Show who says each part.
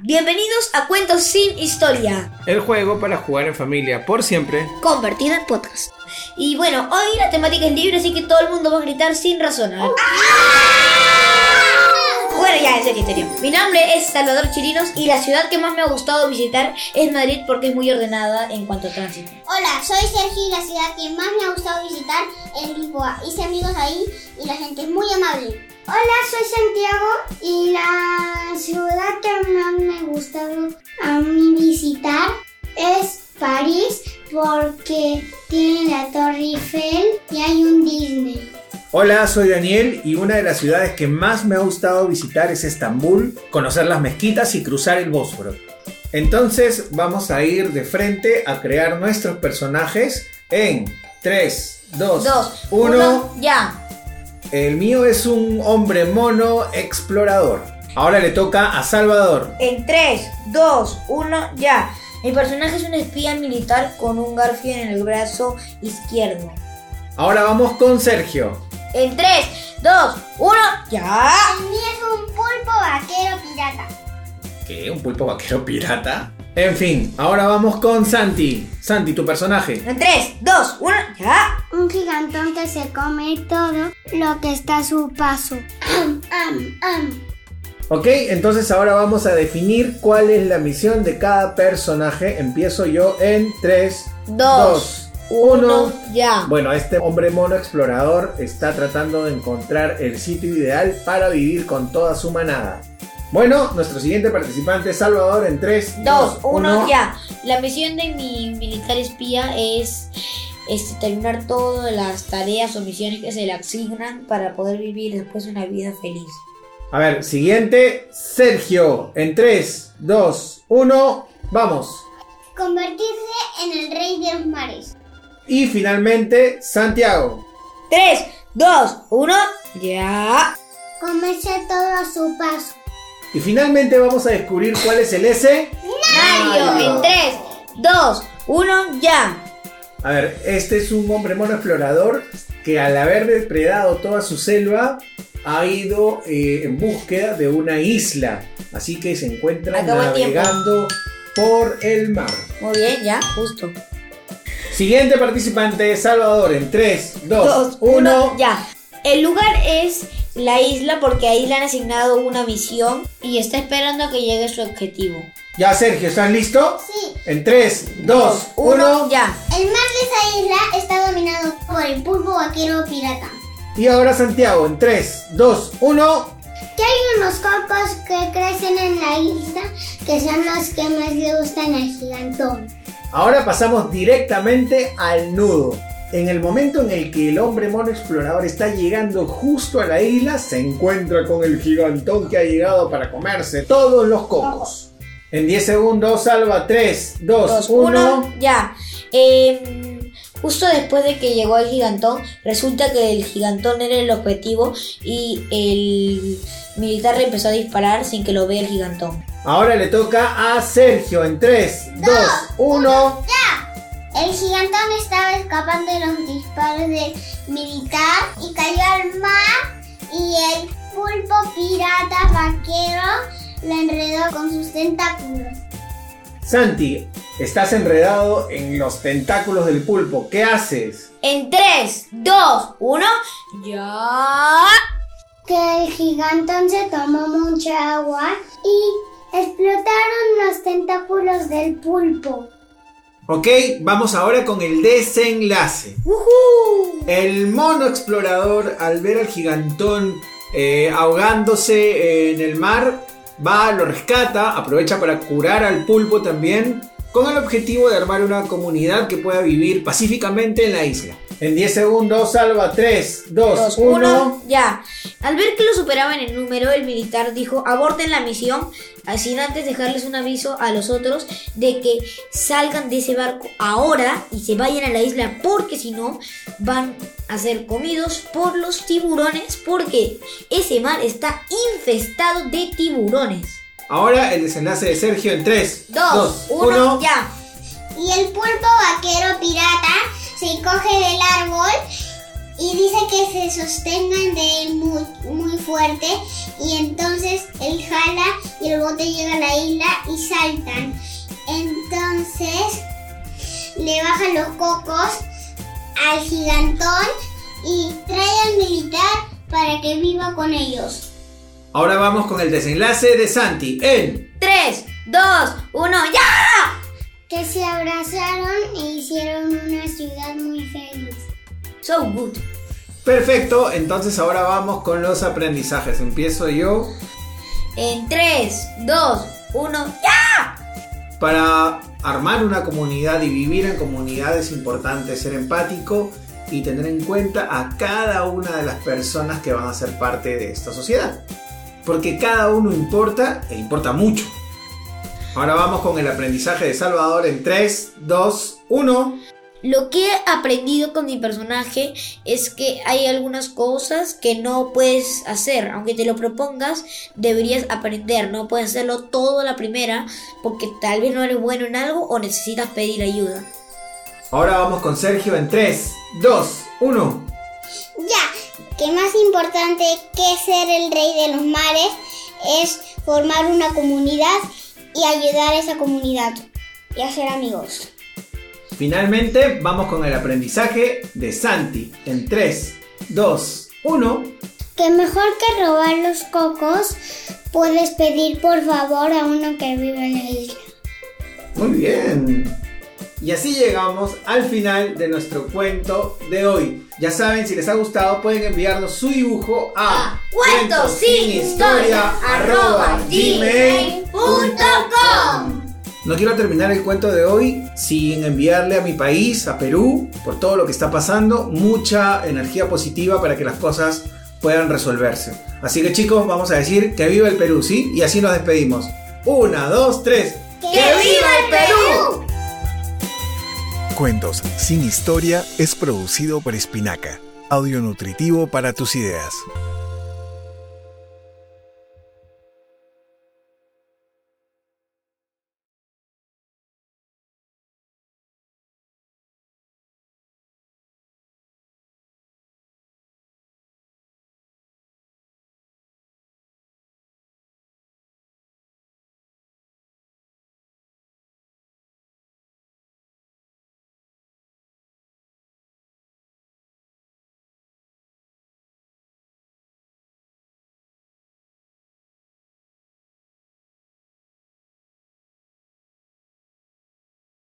Speaker 1: Bienvenidos a Cuentos sin Historia,
Speaker 2: El juego para jugar en familia por siempre.
Speaker 1: convertido en podcast. Y bueno, hoy la temática es libre, así que todo el mundo va a gritar sin razonar. Bueno, ya, en serio, en serio. Mi nombre es Salvador Chirinos y la ciudad que más me ha gustado visitar es Madrid porque es muy ordenada en cuanto a tránsito.
Speaker 3: Hola, soy Sergio y la ciudad que más me ha gustado visitar es Lisboa. Hice amigos ahí y la gente es muy amable. Hola, soy Santiago y la ciudad que más me ha gustado a mí visitar es París porque tiene la Torre Eiffel y hay un Disney.
Speaker 4: Hola, soy Daniel y una de las ciudades que más me ha gustado visitar es Estambul, conocer las mezquitas y cruzar el Bósforo. Entonces vamos a ir de frente a crear nuestros personajes en 3, 2,
Speaker 1: Dos,
Speaker 4: 1.
Speaker 1: uno, ya.
Speaker 4: El mío es un hombre mono explorador. Ahora le toca a Salvador.
Speaker 1: En 3, 2, 1, ya. Mi personaje es un espía militar con un garfio en el brazo izquierdo.
Speaker 4: Ahora vamos con Sergio.
Speaker 1: En 3, 2, 1, ya.
Speaker 3: El mío es un pulpo vaquero pirata.
Speaker 4: ¿Qué? ¿Un pulpo vaquero pirata? En fin, ahora vamos con Santi. Santi, tu personaje.
Speaker 1: En 3, 2, 1, ya.
Speaker 3: Un gigantón que se come todo lo que está a su paso.
Speaker 4: Ok, entonces ahora vamos a definir cuál es la misión de cada personaje. Empiezo yo en 3,
Speaker 1: Dos,
Speaker 4: 2,
Speaker 1: uno,
Speaker 4: 1.
Speaker 1: ya.
Speaker 4: Bueno, este hombre mono explorador está tratando de encontrar el sitio ideal para vivir con toda su manada. Bueno, nuestro siguiente participante es Salvador en 3,
Speaker 1: 2, 1, ya. La misión de mi militar espía es este, terminar todas las tareas o misiones que se le asignan para poder vivir después una vida feliz.
Speaker 4: A ver, siguiente, Sergio en 3, 2, 1, vamos.
Speaker 3: Convertirse en el rey de los mares.
Speaker 4: Y finalmente, Santiago.
Speaker 1: 3, 2, 1, ya.
Speaker 3: comerse todo a su paso.
Speaker 4: Y finalmente vamos a descubrir cuál es el S.
Speaker 1: Mario, en 3, 2, 1, ya.
Speaker 4: A ver, este es un hombre mono explorador que al haber depredado toda su selva ha ido eh, en búsqueda de una isla. Así que se encuentra
Speaker 1: Acabó el tiempo.
Speaker 4: navegando por el mar.
Speaker 1: Muy bien, ya, justo.
Speaker 4: Siguiente participante, Salvador, en 3, 2,
Speaker 1: Dos, uno,
Speaker 4: 1.
Speaker 1: ya. El lugar es la isla porque ahí le han asignado una misión y está esperando a que llegue su objetivo.
Speaker 4: Ya, Sergio, ¿estás listo?
Speaker 3: Sí,
Speaker 4: En 3, 2,
Speaker 1: Uno,
Speaker 4: 1.
Speaker 1: ya.
Speaker 3: el mar de esa isla está dominado por el pulpo vaquero pirata.
Speaker 4: Y ahora Santiago, en 3, 2, 1.
Speaker 3: Que hay unos cocos que crecen en la isla que son los que más le gustan al gigantón.
Speaker 4: Ahora pasamos directamente al nudo. En el momento en el que el hombre mono explorador está llegando justo a la isla, se encuentra con el gigantón que ha llegado para comerse todos los cocos. En 10 segundos, salva 3, 2,
Speaker 1: Dos, uno,
Speaker 4: 1.
Speaker 1: ya. Em, justo después de que llegó el gigantón, resulta que el gigantón era el objetivo y el militar le empezó a disparar sin que lo vea el gigantón.
Speaker 4: Ahora le toca a Sergio en 3, 2, 1.
Speaker 3: El gigantón estaba escapando de los disparos del militar y cayó al mar y el pulpo pirata vaquero lo enredó con sus tentáculos.
Speaker 4: Santi, estás enredado en los tentáculos del pulpo. ¿Qué haces?
Speaker 1: En 3, 2, 1, ya.
Speaker 3: que el gigantón se tomó mucha agua y explotaron los tentáculos del pulpo.
Speaker 4: Ok, vamos ahora con el desenlace. El mono explorador, al ver al gigantón eh, ahogándose en el mar, va, lo rescata, aprovecha para curar al pulpo también, con el objetivo de armar una comunidad que pueda vivir pacíficamente en la isla. En 10 segundos, salva 3, 2,
Speaker 1: 2,
Speaker 4: 1.
Speaker 1: 1, ya. Al ver que lo superaban en número, el militar dijo, aborten la misión, sin antes dejarles un aviso a los otros de que salgan de ese barco ahora y se vayan a la isla, porque si no, van a ser comidos por los tiburones, porque ese mar está infestado de tiburones.
Speaker 4: Ahora el desenlace de Sergio en 3,
Speaker 1: 2, 1, ya.
Speaker 3: Y el pulpo vaquero pirata se coge del árbol y dice que se sostengan de él muy, muy fuerte y entonces él jala y el bote llega a la isla y saltan. Entonces le bajan los cocos al gigantón y trae al militar para que viva con ellos.
Speaker 4: Ahora vamos con el desenlace de Santi en
Speaker 1: 3, 2, 1, ¡ya!
Speaker 3: Que se abrazaron e hicieron una ciudad muy feliz.
Speaker 1: So good.
Speaker 4: Perfecto. Entonces ahora vamos con los aprendizajes. Empiezo yo.
Speaker 1: En 3, 2, 1, ¡ya!
Speaker 4: Para armar una comunidad y vivir en comunidad es importante ser empático y tener en cuenta a cada una de las personas que van a ser parte de esta sociedad. Porque cada uno importa e importa mucho. Ahora vamos con el aprendizaje de Salvador en 3, 2, 1.
Speaker 1: Lo que he aprendido con mi personaje es que hay algunas cosas que no puedes hacer. Aunque te lo propongas, deberías aprender. No puedes hacerlo todo a la primera porque tal vez no eres bueno en algo o necesitas pedir ayuda.
Speaker 4: Ahora vamos con Sergio en 3, 2, 1.
Speaker 3: Ya, que más importante que ser el rey de los mares es formar una comunidad y ayudar a esa comunidad y hacer amigos.
Speaker 4: Finalmente vamos con el aprendizaje de Santi en 3, 2, 1.
Speaker 3: Que mejor que robar los cocos, puedes pedir por favor a uno que vive en la isla.
Speaker 4: Muy bien. Y así llegamos al final de nuestro cuento de hoy. Ya saben, si les ha gustado pueden enviarnos su dibujo a arroba gmail
Speaker 1: gmail.com.
Speaker 4: No quiero terminar el cuento de hoy sin enviarle a mi país, a Perú, por todo lo que está pasando, mucha energía positiva para que las cosas puedan resolverse. Así que chicos, vamos a decir que viva el Perú, ¿sí? Y así nos despedimos. Una, dos, tres.
Speaker 1: ¡Que viva el Perú!
Speaker 5: Cuentos sin historia es producido por Espinaca, audio nutritivo para tus ideas.